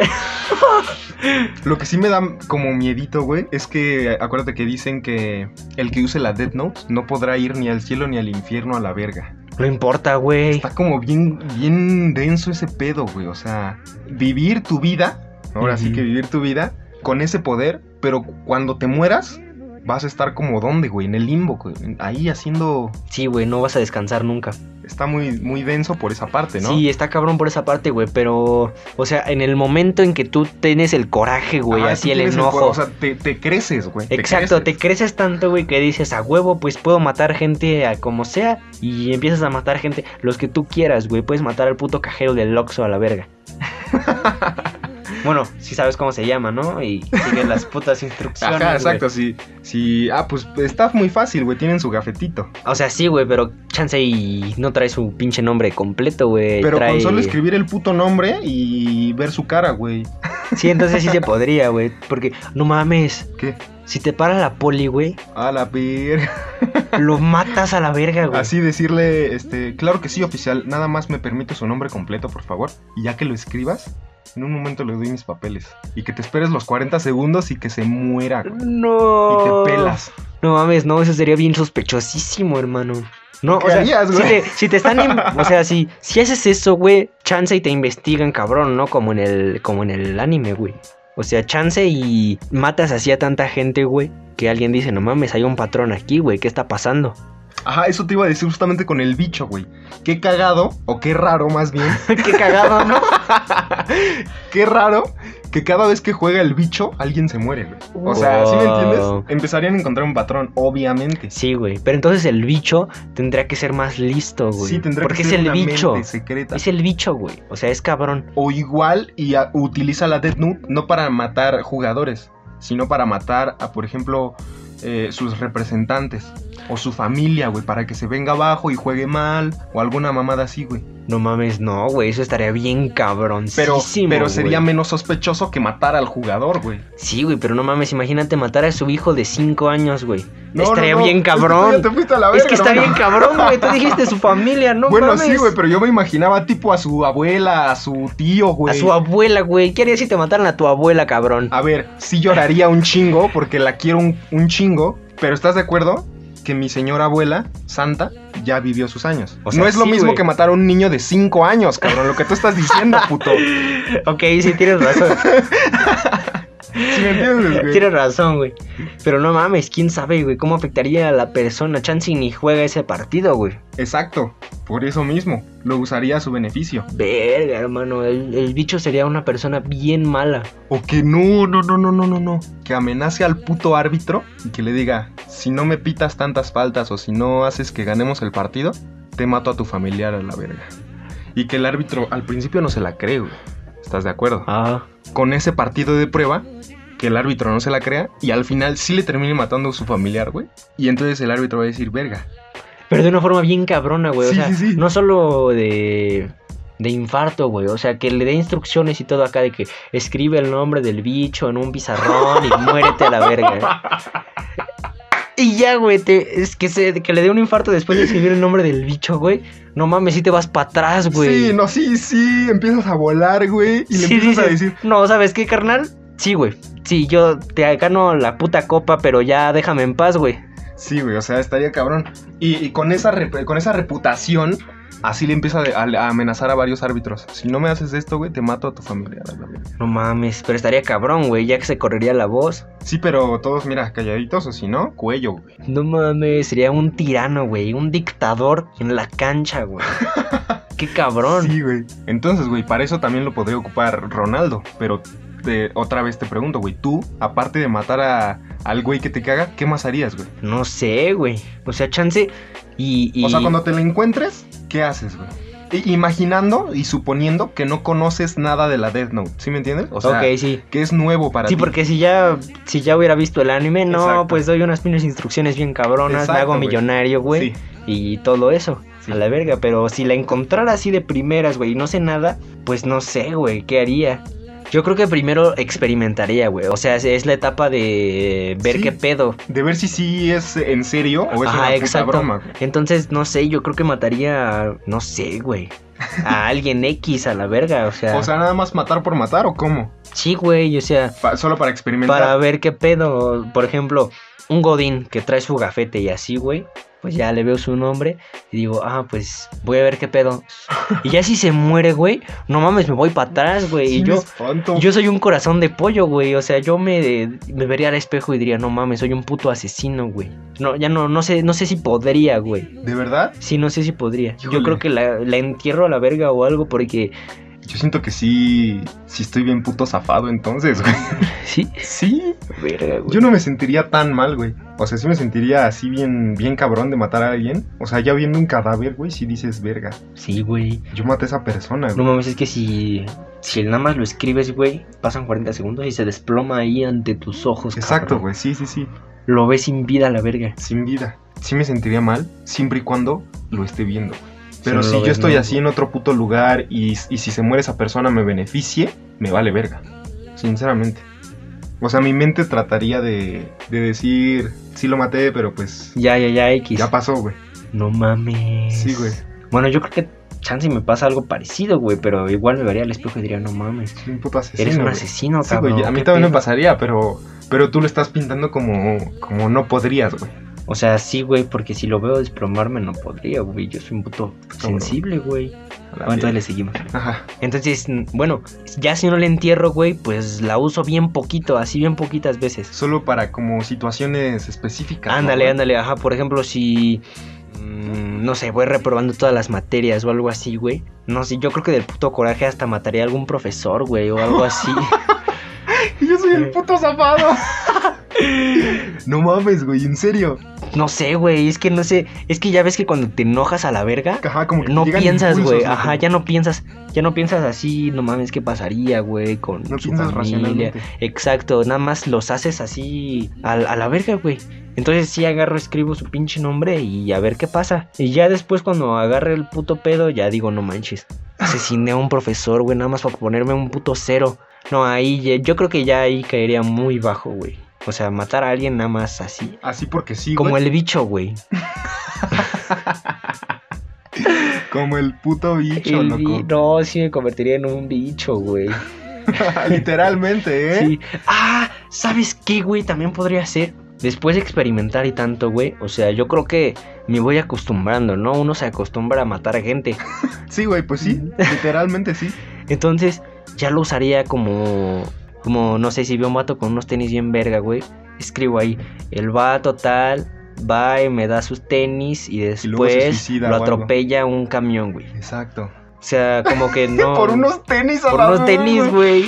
Speaker 2: Lo que sí me da como miedito, güey, es que acuérdate que dicen que el que use la Death Note no podrá ir ni al cielo ni al infierno a la verga.
Speaker 1: No importa, güey.
Speaker 2: Está como bien, bien denso ese pedo, güey. O sea, vivir tu vida, ahora sí
Speaker 1: Ujú.
Speaker 2: que vivir tu vida con ese poder, pero cuando te mueras, vas a estar como dónde, güey, en el limbo, güey. Ahí haciendo.
Speaker 1: Sí, güey, no vas a descansar nunca.
Speaker 2: Está muy, muy denso por esa parte, ¿no?
Speaker 1: Sí, está cabrón por esa parte, güey, pero, o sea, en el momento en que tú tienes el coraje, güey,
Speaker 2: Ajá,
Speaker 1: así
Speaker 2: Ah, tú
Speaker 1: el
Speaker 2: tienes
Speaker 1: enojo.
Speaker 2: poder, o sea, te, te creces, güey. te
Speaker 1: Exacto,
Speaker 2: creces.
Speaker 1: te creces tanto, güey, que dices a huevo, pues puedo matar gente a como sea y empiezas a matar gente, los que tú quieras, güey, puedes matar al puto cajero del Oxxo a la verga. bueno, si sabes cómo se llama, ¿no? Y sigues las putas instrucciones.
Speaker 2: Ajá,
Speaker 1: güey.
Speaker 2: exacto, sí, sí. Ah, pues está muy fácil, güey. Tienen su gafetito.
Speaker 1: O sea, sí, güey, pero chance y no trae su pinche nombre completo, güey.
Speaker 2: Pero
Speaker 1: trae-
Speaker 2: con solo escribir el puto nombre y ver su cara, güey.
Speaker 1: Sí, entonces sí se podría, güey, porque no mames.
Speaker 2: ¿Qué?
Speaker 1: Si te para la poli, güey,
Speaker 2: A la pir.
Speaker 1: lo matas a la verga, güey.
Speaker 2: Así decirle, este, claro que sí, oficial. Nada más me permite su nombre completo, por favor. Y ya que lo escribas, en un momento le doy mis papeles. Y que te esperes los 40 segundos y que se muera, güey.
Speaker 1: No.
Speaker 2: Y te pelas.
Speaker 1: No mames, no, eso sería bien sospechosísimo, hermano. No,
Speaker 2: ¿Qué
Speaker 1: o sea,
Speaker 2: harías,
Speaker 1: si
Speaker 2: güey?
Speaker 1: te, si te están, in- o sea, si, si haces eso, güey, chance y te investigan, cabrón, ¿no? Como en el, como en el anime, güey. O sea, chance y matas así a tanta gente, güey, que alguien dice, no mames, hay un patrón aquí, güey, ¿qué está pasando?
Speaker 2: Ajá, eso te iba a decir justamente con el bicho, güey. Qué cagado, o qué raro más bien.
Speaker 1: Qué cagado, ¿no?
Speaker 2: Qué raro que cada vez que juega el bicho, alguien se muere, güey. O sea, ¿sí me
Speaker 1: Wow.
Speaker 2: entiendes? Empezarían a encontrar un patrón, obviamente.
Speaker 1: Sí, güey, pero entonces el bicho tendría que ser más listo, güey.
Speaker 2: Sí, tendrá
Speaker 1: Porque
Speaker 2: que ser
Speaker 1: es el
Speaker 2: una
Speaker 1: bicho.
Speaker 2: mente secreta.
Speaker 1: Es el bicho, güey. O sea, es cabrón.
Speaker 2: O igual y a- utiliza la Death Note no para matar jugadores, sino para matar a, por ejemplo, eh, sus representantes o su familia, güey, para que se venga abajo y juegue mal o alguna mamada así, güey.
Speaker 1: No mames, no, güey, eso estaría bien cabrón.
Speaker 2: Pero, pero sería menos sospechoso que matar al jugador, güey.
Speaker 1: Sí, güey, pero no mames, imagínate matar a su hijo de 5 años, güey.
Speaker 2: No,
Speaker 1: estaría
Speaker 2: no, no,
Speaker 1: bien
Speaker 2: es que tú
Speaker 1: cabrón.
Speaker 2: ya te fuiste a la
Speaker 1: Es
Speaker 2: verga,
Speaker 1: que está
Speaker 2: hermano.
Speaker 1: bien cabrón, güey. Tú dijiste su familia, ¿no?
Speaker 2: bueno,
Speaker 1: mames.
Speaker 2: sí, güey, pero yo me imaginaba tipo a su abuela, a su tío,
Speaker 1: A
Speaker 2: güey. Ah.
Speaker 1: su abuela, güey. ¿Qué harías si te mataran a tu abuela, cabrón?
Speaker 2: A ver, sí lloraría un chingo porque la quiero un, un chingo, pero ¿estás de acuerdo que mi señora abuela, Santa, ya vivió sus años?
Speaker 1: O sea,
Speaker 2: no es lo
Speaker 1: sí,
Speaker 2: mismo
Speaker 1: güey.
Speaker 2: que matar a un niño de 5 años, cabrón, lo que tú estás diciendo, puto. Si
Speaker 1: Ok, sí, tienes razón.
Speaker 2: me entiendes, güey?
Speaker 1: tienes razón, güey. Pero no mames, quién sabe, güey, cómo afectaría a la persona. Chance y ni juega ese partido, güey.
Speaker 2: Exacto, por eso mismo, lo usaría a su beneficio.
Speaker 1: Verga, hermano. El, el bicho sería una persona bien mala.
Speaker 2: O que no, no, no, no, no, no, no. Que amenace al puto árbitro y que le diga, si no me pitas tantas faltas o si no haces que ganemos el partido, te mato a tu familiar a la verga. Y que el árbitro al principio no se la cree, güey. ¿Estás de acuerdo?
Speaker 1: Ah.
Speaker 2: Con ese partido de prueba, que el árbitro no se la crea y al final sí le termine matando a su familiar, güey. Y entonces el árbitro va a decir, verga.
Speaker 1: Pero de una forma bien cabrona, güey.
Speaker 2: Sí,
Speaker 1: o sea,
Speaker 2: sí, sí.
Speaker 1: no solo de, de infarto, güey. O sea, que le dé instrucciones y todo acá de que escribe el nombre del bicho en un pizarrón y muérete a la verga. Y ya, güey, te- es que, se, que le dé un infarto después de escribir el nombre del bicho, güey. No mames, si te vas para atrás, güey.
Speaker 2: Sí, no, sí, sí, empiezas a volar, güey. Y le
Speaker 1: Sí,
Speaker 2: empiezas a
Speaker 1: dices,
Speaker 2: decir,
Speaker 1: No, ¿sabes qué, carnal? Sí, güey. Sí, yo te gano la puta copa, pero ya déjame en paz, güey.
Speaker 2: Sí, güey, o sea, estaría cabrón. Y, y con, esa rep- con esa reputación, así le empieza de- a, a amenazar a varios árbitros. Si no me haces esto, güey, te mato a tu familia. la verdad.
Speaker 1: No mames, pero estaría cabrón, güey, ya que se correría la voz.
Speaker 2: Sí, pero todos, mira, calladitos o si no, cuello, güey.
Speaker 1: No mames, sería un tirano, güey. Un dictador en la cancha, güey. Qué cabrón.
Speaker 2: Sí, güey. Entonces, güey, para eso también lo podría ocupar Ronaldo. Pero te- otra vez te pregunto, güey, tú, aparte de matar a, al güey que te caga, ¿qué más harías, güey?
Speaker 1: No sé, güey. O sea, chance. Y. y-
Speaker 2: O sea, cuando te lo encuentres, ¿qué haces, güey? I- Imaginando y suponiendo que no conoces nada de la Death Note, ¿sí me entiendes? O sea,
Speaker 1: ok, sí.
Speaker 2: que es nuevo para
Speaker 1: Sí,
Speaker 2: ti.
Speaker 1: porque si ya, si ya hubiera visto el anime, no,
Speaker 2: Exacto.
Speaker 1: pues doy unas pinches instrucciones bien cabronas, me
Speaker 2: Exacto,
Speaker 1: hago
Speaker 2: güey.
Speaker 1: millonario, güey,
Speaker 2: Sí.
Speaker 1: y todo eso,
Speaker 2: Sí.
Speaker 1: a la verga. Pero si la encontrara así de primeras, güey, y no sé nada, pues no sé, güey, ¿qué haría? Yo creo que primero experimentaría, güey. O sea, es- es la etapa de ver
Speaker 2: Sí.
Speaker 1: qué pedo.
Speaker 2: De ver si sí es en serio o es
Speaker 1: Ajá,
Speaker 2: una puta
Speaker 1: exacto.
Speaker 2: broma. güey.
Speaker 1: Entonces, no sé, yo creo que mataría, a- no sé, güey, a alguien X a la verga, o sea,
Speaker 2: O sea, nada más matar por matar o cómo?
Speaker 1: sí, güey, o sea,
Speaker 2: Pa- solo para experimentar.
Speaker 1: para ver qué pedo, por ejemplo, un Godín que trae su gafete y así, güey, pues ya le veo su nombre y digo, ah, pues voy a ver qué pedo. Y ya si se muere, güey, no mames, me voy para atrás, güey,
Speaker 2: Sí
Speaker 1: y
Speaker 2: me
Speaker 1: yo...
Speaker 2: espanto.
Speaker 1: Yo soy un corazón de pollo, güey. O sea, yo me, me vería al espejo y diría, no mames, soy un puto asesino, güey. No, ya no, no sé, no sé si podría, güey.
Speaker 2: ¿De verdad?
Speaker 1: Sí, no sé si podría.
Speaker 2: Híjole.
Speaker 1: Yo creo que la, la entierro a la verga o algo porque...
Speaker 2: Yo siento que sí. Sí estoy bien puto zafado entonces, güey.
Speaker 1: Sí.
Speaker 2: Sí.
Speaker 1: Verga, güey.
Speaker 2: Yo no me sentiría tan mal, güey. O sea, sí me sentiría así bien, bien cabrón de matar a alguien. O sea, ya viendo un cadáver, güey, sí dices, verga.
Speaker 1: Sí, güey.
Speaker 2: Yo maté a esa persona,
Speaker 1: No
Speaker 2: güey.
Speaker 1: mames, es que si... Si nada más lo escribes, güey, pasan 40 segundos y se desploma ahí ante tus ojos.
Speaker 2: Exacto,
Speaker 1: cabrón.
Speaker 2: güey. Sí, sí, sí.
Speaker 1: Lo ves sin vida a la verga.
Speaker 2: Sin vida. Sí me sentiría mal siempre y cuando lo esté viendo. Pero
Speaker 1: no
Speaker 2: si
Speaker 1: lo
Speaker 2: yo
Speaker 1: ves,
Speaker 2: estoy
Speaker 1: no,
Speaker 2: así en otro puto lugar y, y si se muere esa persona me beneficie, me vale verga. Sinceramente. O sea, mi mente trataría de, de decir, sí lo maté, pero pues
Speaker 1: Ya, ya, ya, X.
Speaker 2: ya pasó, güey.
Speaker 1: No mames.
Speaker 2: Sí, güey.
Speaker 1: Bueno, yo creo que chance y me pasa algo parecido, güey, pero igual me vería al espejo y diría, no mames.
Speaker 2: Soy un puto asesino.
Speaker 1: Eres un
Speaker 2: güey.
Speaker 1: asesino,
Speaker 2: Sí, güey,
Speaker 1: cabrón.
Speaker 2: a mí
Speaker 1: ¿qué
Speaker 2: también me
Speaker 1: pedo?
Speaker 2: pasaría, pero, pero tú lo estás pintando como, como no podrías, güey.
Speaker 1: O sea, sí, güey, porque si lo veo desplomarme no podría, güey. Yo soy un puto
Speaker 2: Cabrón.
Speaker 1: sensible,
Speaker 2: A
Speaker 1: güey.
Speaker 2: la
Speaker 1: Bueno, entonces
Speaker 2: mierda.
Speaker 1: le seguimos.
Speaker 2: Ajá.
Speaker 1: Entonces, mm, bueno, ya si no la entierro, güey, pues la uso bien poquito, así bien poquitas veces.
Speaker 2: Solo para como situaciones específicas. ¿no,
Speaker 1: Ándale,
Speaker 2: güey?
Speaker 1: ándale, ajá. Por ejemplo, si. mm, No sé, voy reprobando todas las materias o algo así, güey. No sé, yo creo que del puto coraje hasta mataría a algún profesor, güey, o algo así.
Speaker 2: Y Yo soy el puto zafado. no mames, güey, en serio.
Speaker 1: No sé, güey, es que no sé. Es que ya ves que cuando te enojas a la verga,
Speaker 2: Ajá, como que
Speaker 1: no
Speaker 2: te llegan
Speaker 1: piensas,
Speaker 2: impulsos,
Speaker 1: güey.
Speaker 2: ¿no?
Speaker 1: Ajá, ya no piensas, ya no piensas así, no mames, ¿qué pasaría, güey? Con
Speaker 2: No
Speaker 1: su
Speaker 2: piensas
Speaker 1: familia.
Speaker 2: racionalmente.
Speaker 1: Exacto, nada más los haces así a, a la verga, güey. Entonces sí agarro, escribo su pinche nombre y a ver qué pasa. Y ya después cuando agarre el puto pedo, ya digo, no manches. Asesiné a un profesor, güey, nada más para ponerme un puto cero. No, ahí ya- yo creo que ya ahí caería muy bajo, güey. O sea, matar a alguien nada más así.
Speaker 2: Así porque sí,
Speaker 1: Como
Speaker 2: güey.
Speaker 1: el bicho, güey.
Speaker 2: Como el puto bicho,
Speaker 1: El
Speaker 2: loco.
Speaker 1: bi- no, sí me convertiría en un bicho, güey.
Speaker 2: Literalmente, ¿eh?
Speaker 1: Sí. Ah, ¿sabes qué, güey? También podría ser. Después de experimentar y tanto, güey. O sea, yo creo que me voy acostumbrando, ¿no? Uno se acostumbra a matar a gente.
Speaker 2: Sí, güey, pues sí. Literalmente sí.
Speaker 1: Entonces, ya lo usaría como. Como, no sé, si veo un vato con unos tenis bien verga, güey. Escribo ahí, el vato tal, va y me da sus tenis y
Speaker 2: Y luego se
Speaker 1: después
Speaker 2: suicida
Speaker 1: lo
Speaker 2: o algo.
Speaker 1: atropella un camión, güey.
Speaker 2: Exacto.
Speaker 1: O sea, como que no.
Speaker 2: Por unos tenis a
Speaker 1: por
Speaker 2: la
Speaker 1: unos
Speaker 2: vez,
Speaker 1: tenis, güey.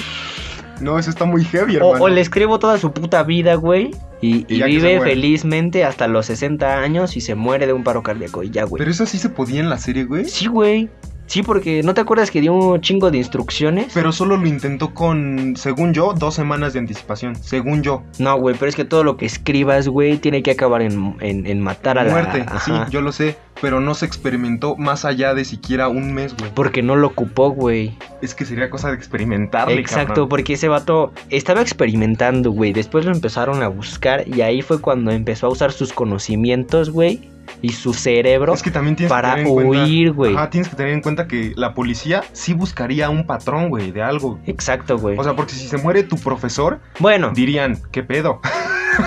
Speaker 2: No, eso está muy heavy,
Speaker 1: O,
Speaker 2: hermano.
Speaker 1: o le escribo toda su puta vida, güey. Y,
Speaker 2: Y
Speaker 1: y
Speaker 2: ya que se
Speaker 1: vive
Speaker 2: muere.
Speaker 1: felizmente hasta los 60 años y se muere de un paro cardíaco. Y ya, güey.
Speaker 2: Pero eso sí se podía en la serie, güey.
Speaker 1: Sí, güey. Sí, porque ¿no te acuerdas que dio un chingo de instrucciones?
Speaker 2: Pero solo lo intentó con, según yo, dos semanas de anticipación. Según yo.
Speaker 1: No, güey, pero es que todo lo que escribas, güey, tiene que acabar en, en- en matar a la...
Speaker 2: Muerte, sí,
Speaker 1: Ajá.
Speaker 2: yo lo sé. Pero no se experimentó más allá de siquiera un mes, güey.
Speaker 1: Porque no lo ocupó, güey.
Speaker 2: Es que sería cosa de experimentarle,
Speaker 1: Exacto,
Speaker 2: cabrón.
Speaker 1: porque ese vato estaba experimentando, güey. Después lo empezaron a buscar y ahí fue cuando empezó a usar sus conocimientos, güey. Y su cerebro
Speaker 2: Es que también tienes
Speaker 1: para
Speaker 2: que tener en cuenta...
Speaker 1: huir, güey.
Speaker 2: Ajá, tienes que tener en cuenta que la policía sí buscaría un patrón, güey, de algo.
Speaker 1: Exacto, güey.
Speaker 2: O sea, porque si se muere tu profesor,
Speaker 1: bueno,
Speaker 2: dirían, ¿qué pedo?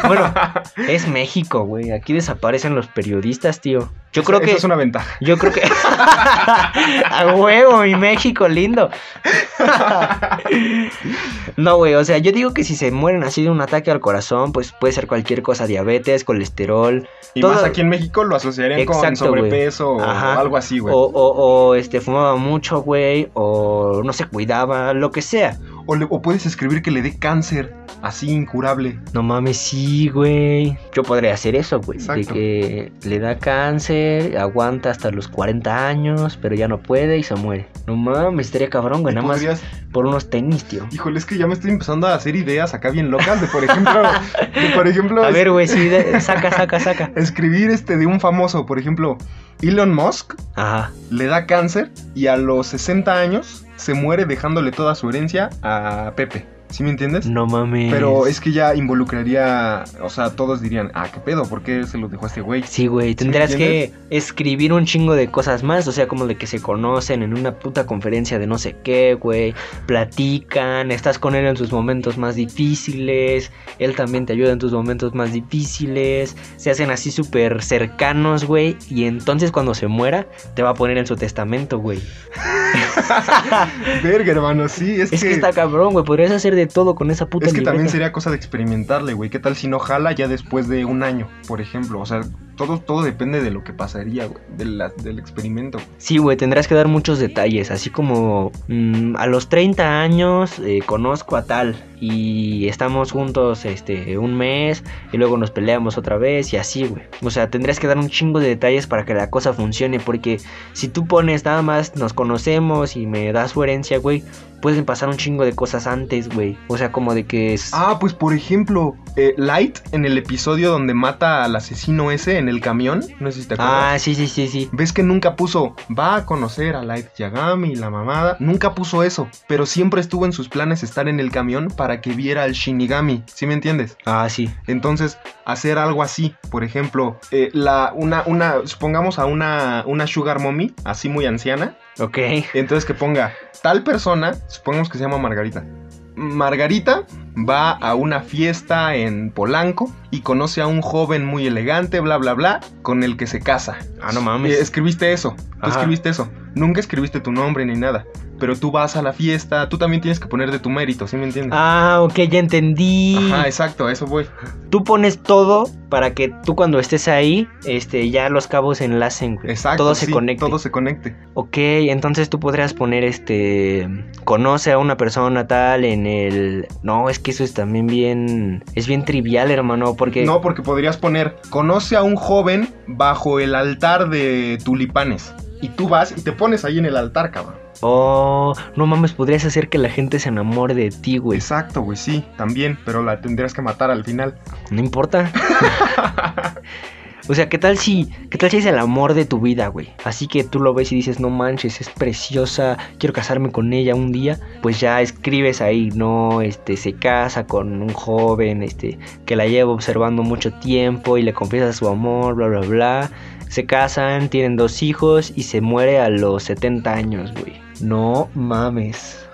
Speaker 1: Bueno, es México, güey. Aquí desaparecen los periodistas, tío. Yo creo
Speaker 2: Esa-
Speaker 1: que.
Speaker 2: Esa es una ventaja.
Speaker 1: Yo creo que. A huevo, mi México lindo. no, güey. O sea, yo digo que si se mueren así de un ataque al corazón, pues puede ser cualquier cosa: diabetes, colesterol,
Speaker 2: Y
Speaker 1: Todo-
Speaker 2: más aquí en México lo asociarían con
Speaker 1: Exacto, güey.
Speaker 2: sobrepeso o
Speaker 1: Ajá.
Speaker 2: algo así,
Speaker 1: o,
Speaker 2: güey. O,
Speaker 1: o, o, este, fumaba mucho, güey, o no se cuidaba, lo que sea.
Speaker 2: le- o puedes escribir que le dé cáncer, así incurable.
Speaker 1: No mames, sí, güey. Yo podría hacer eso, güey. De
Speaker 2: Exacto.
Speaker 1: que le da cáncer, aguanta hasta los 40 años, pero ya no puede y se muere. No mames, estaría cabrón, güey.
Speaker 2: Y
Speaker 1: Nada más
Speaker 2: podrías-
Speaker 1: por unos tenis, tío.
Speaker 2: Híjole, es que ya me estoy empezando a hacer ideas acá bien locas de, por ejemplo, de, por ejemplo,
Speaker 1: A
Speaker 2: es-
Speaker 1: ver, güey, sí, de- saca, saca, saca.
Speaker 2: escribir este de un famoso, por ejemplo, Elon Musk
Speaker 1: Ajá.
Speaker 2: le da cáncer y a los 60 años se muere dejándole toda su herencia a Pepe. ¿Sí me entiendes?
Speaker 1: No mames.
Speaker 2: Pero es que ya involucraría, o sea, todos dirían, ah, qué pedo, ¿por qué se lo dejó a este güey?
Speaker 1: Sí, güey, tendrás que
Speaker 2: entiendes?
Speaker 1: escribir un chingo de cosas más, o sea, como de que se conocen en una puta conferencia de no sé qué, güey, platican, estás con él en sus momentos más difíciles, él también te ayuda en tus momentos más difíciles, se hacen así súper cercanos, güey, y entonces cuando se muera, te va a poner en su testamento, güey.
Speaker 2: Verga, hermano, sí, es,
Speaker 1: Es que, está cabrón, güey, podrías hacer de todo con esa puta
Speaker 2: Es que también
Speaker 1: libreta.
Speaker 2: sería cosa de experimentarle, güey. ¿Qué tal si no jala ya después de un año, por ejemplo? O sea, todo, todo depende de lo que pasaría, güey, de la- del experimento.
Speaker 1: Sí, güey, tendrás que dar muchos detalles, así como mm, a los 30 años eh, conozco a tal y estamos juntos este un mes y luego nos peleamos otra vez y así, güey. O sea, tendrás que dar un chingo de detalles para que la cosa funcione, porque si tú pones nada más nos conocemos y me das su herencia, güey, pueden pasar un chingo de cosas antes, güey. O sea, como de que es...
Speaker 2: Ah, pues por ejemplo, eh, Light en el episodio donde mata al asesino ese en el camión, no sé si te acuerdas.
Speaker 1: Ah, sí, sí, sí, sí.
Speaker 2: ¿Ves que nunca puso, va a conocer a Light Yagami, la mamada? Nunca puso eso, pero siempre estuvo en sus planes estar en el camión para para que viera al Shinigami, ¿sí me entiendes?
Speaker 1: Ah, sí.
Speaker 2: Entonces, hacer algo así, por ejemplo, eh, la, una, una, supongamos a una, una Sugar Mommy, así muy anciana,
Speaker 1: Ok.
Speaker 2: entonces que ponga tal persona, supongamos que se llama Margarita. Margarita va a una fiesta en Polanco y conoce a un joven muy elegante, bla, bla, bla, con el que se casa.
Speaker 1: Ah, no mames.
Speaker 2: Eh, escribiste eso, tú
Speaker 1: Ajá.
Speaker 2: escribiste eso. Nunca escribiste tu nombre ni nada. Pero tú vas a la fiesta, tú también tienes que poner de tu mérito, ¿sí me entiendes?
Speaker 1: Ah, ok, ya entendí.
Speaker 2: Ajá, exacto, a eso voy.
Speaker 1: Tú pones todo para que tú cuando estés ahí, este, ya los cabos enlacen, güey.
Speaker 2: Exacto.
Speaker 1: Todo
Speaker 2: sí,
Speaker 1: se conecte.
Speaker 2: Todo se conecte.
Speaker 1: Ok, entonces tú podrías poner este. Conoce a una persona tal en el. No, es que eso es también bien. Es bien trivial, hermano, porque.
Speaker 2: No, porque podrías poner, conoce a un joven bajo el altar de tulipanes. Y tú vas y te pones ahí en el altar, cabrón.
Speaker 1: Oh, no mames, podrías hacer que la gente se enamore de ti, güey.
Speaker 2: Exacto, güey, sí, también, pero la tendrías que matar al final.
Speaker 1: pues, No importa. O sea, ¿qué tal si, qué tal si es el amor de tu vida, güey? Así que tú lo ves y dices, no manches, es preciosa, quiero casarme con ella un día. Pues ya escribes ahí, no, este, se casa con un joven, este, que la lleva observando mucho tiempo y le confiesa su amor, bla, bla, bla. Se casan, tienen dos hijos y se muere a los 70 años, güey. No mames.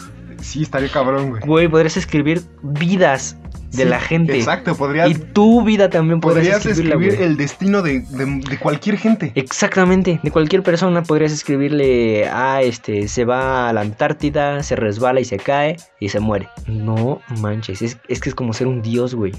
Speaker 2: Sí, estaría cabrón, güey.
Speaker 1: Güey, podrías escribir vidas de
Speaker 2: Sí,
Speaker 1: la gente.
Speaker 2: Exacto, podrías,
Speaker 1: Y tu vida también podrías,
Speaker 2: podrías escribir
Speaker 1: escribirla, güey.
Speaker 2: el destino de, de- de cualquier gente.
Speaker 1: Exactamente, de cualquier persona podrías escribirle, ah, este, se va a la Antártida, se resbala y se cae y se muere. No manches, es, es que es como ser un dios, güey.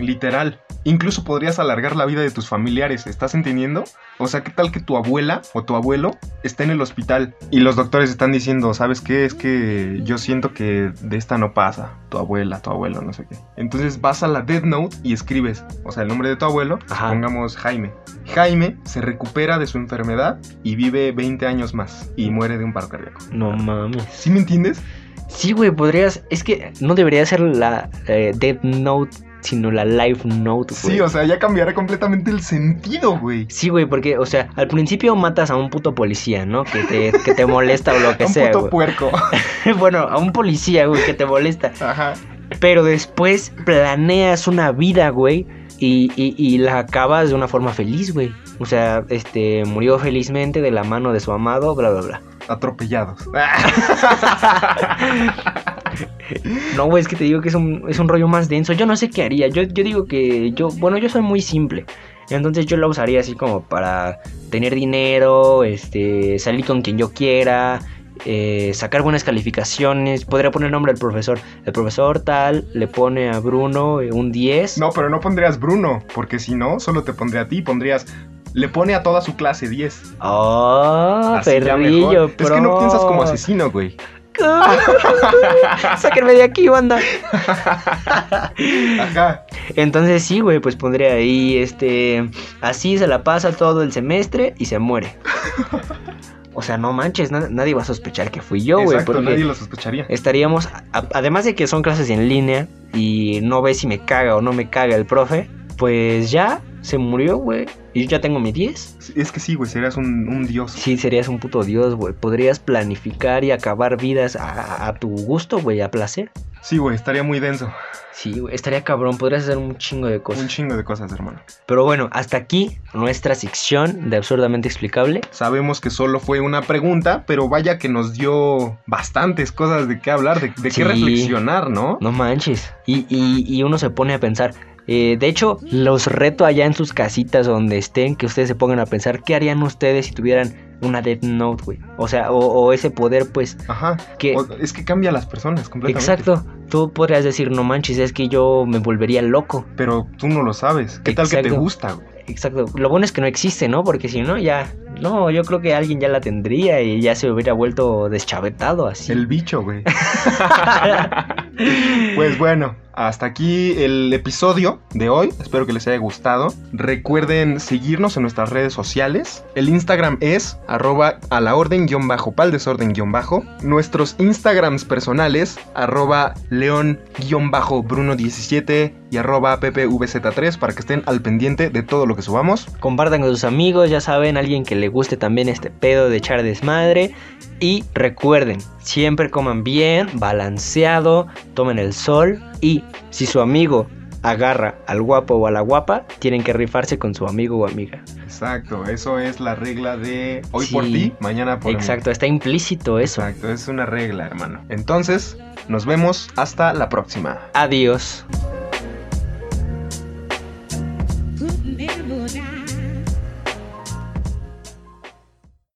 Speaker 2: Literal. Incluso podrías alargar la vida de tus familiares, ¿estás entendiendo? O sea, ¿qué tal que tu abuela o tu abuelo esté en el hospital y los doctores están diciendo, ¿sabes qué? Es que yo siento que de esta no pasa, tu abuela, tu abuelo, no sé qué. Entonces vas a la Death Note y escribes, o sea, el nombre de tu abuelo,
Speaker 1: Ajá.
Speaker 2: pongamos Jaime. Jaime se recupera de su enfermedad y vive 20 años más y muere de un paro cardíaco.
Speaker 1: No mames.
Speaker 2: ¿Sí me entiendes?
Speaker 1: Sí, güey, podrías, es que no debería ser la eh, Death Note, sino la Life Note, güey.
Speaker 2: Sí, o sea, ya cambiará completamente el sentido, güey.
Speaker 1: Sí, güey, porque, o sea, al principio matas a un puto policía, ¿no? Que te, que te molesta o lo que
Speaker 2: Un
Speaker 1: sea,
Speaker 2: puto
Speaker 1: güey.
Speaker 2: puerco.
Speaker 1: bueno, a un policía, güey, que te molesta.
Speaker 2: Ajá.
Speaker 1: Pero después planeas una vida, güey. Y, y- y la acabas de una forma feliz, güey. O sea, este, murió felizmente de la mano de su amado, bla, bla, bla.
Speaker 2: atropellados.
Speaker 1: No, güey, es que te digo que es un, es un rollo más denso. Yo no sé qué haría. Yo, yo digo que yo, bueno, yo soy muy simple. Entonces yo la usaría así como para tener dinero, este, salir con quien yo quiera, eh, sacar buenas calificaciones. Podría poner nombre al profesor. El profesor tal le pone a Bruno eh, un 10.
Speaker 2: No, pero no pondrías Bruno, porque si no, solo te pondría a ti, pondrías... Le pone a toda su clase 10.
Speaker 1: Oh,
Speaker 2: Así ya
Speaker 1: perrillo,
Speaker 2: mejor. Es que no
Speaker 1: bro.
Speaker 2: piensas como asesino, güey.
Speaker 1: Sáquenme de aquí, banda.
Speaker 2: Ajá.
Speaker 1: Entonces sí, güey, pues pondré ahí, este, así se la pasa todo el semestre y se muere. O sea, no manches, na- nadie va a sospechar que fui yo, güey,
Speaker 2: Exacto,
Speaker 1: porque
Speaker 2: nadie lo sospecharía.
Speaker 1: estaríamos, a- además de que son clases en línea y no ves si me caga o no me caga el profe, pues ya se murió, güey, y yo ya tengo mi 10.
Speaker 2: Es que sí, güey, serías un, un dios.
Speaker 1: Sí, serías un puto dios, güey. Podrías planificar y acabar vidas a, a tu gusto, güey, a placer.
Speaker 2: Sí, güey, estaría muy denso.
Speaker 1: Sí, güey, estaría cabrón, podrías hacer un chingo de
Speaker 2: Un
Speaker 1: cosas.
Speaker 2: chingo de cosas, hermano.
Speaker 1: Pero bueno, hasta aquí nuestra sección de absurdamente explicable.
Speaker 2: Sabemos que solo fue una pregunta, pero vaya que nos dio bastantes cosas de qué hablar, de, de
Speaker 1: Sí.
Speaker 2: qué reflexionar, ¿no?
Speaker 1: No manches. Y, y- y uno se pone a pensar. Eh, de hecho, los reto allá en sus casitas donde estén, que ustedes se pongan a pensar qué harían ustedes si tuvieran una Death Note, güey. O sea, o, o ese poder, pues,
Speaker 2: Ajá.
Speaker 1: que...
Speaker 2: O- es que cambia a las personas completamente.
Speaker 1: Exacto. Tú podrías decir, no manches, es que yo me volvería loco.
Speaker 2: Pero tú no lo sabes. ¿Qué tal que te
Speaker 1: Exacto.
Speaker 2: gusta, güey?
Speaker 1: Exacto. Lo bueno es que no existe, ¿no? Porque si no, ya. No, yo creo que alguien ya la tendría y ya se hubiera vuelto deschavetado así.
Speaker 2: El bicho, güey. Pues bueno, hasta aquí el episodio de hoy. Espero que les haya gustado. Recuerden seguirnos en nuestras redes sociales. El Instagram es arroba a la orden guión bajo, pal desorden guión bajo. Nuestros Instagrams personales, arroba león guión bajo bruno 17 y arroba ppvz3 para que estén al pendiente de todo lo que subamos.
Speaker 1: Compartan con sus amigos, ya saben, alguien que le guste también este pedo de echar desmadre. Y recuerden, siempre coman bien, balanceado, tomen el sol Y si su amigo agarra al guapo o a la guapa, tienen que rifarse con su amigo o amiga.
Speaker 2: Exacto, eso es la regla de hoy sí, por ti, mañana por
Speaker 1: Exacto, mí. está implícito eso.
Speaker 2: Exacto, es una regla, hermano. Entonces, nos vemos hasta la próxima.
Speaker 1: Adiós.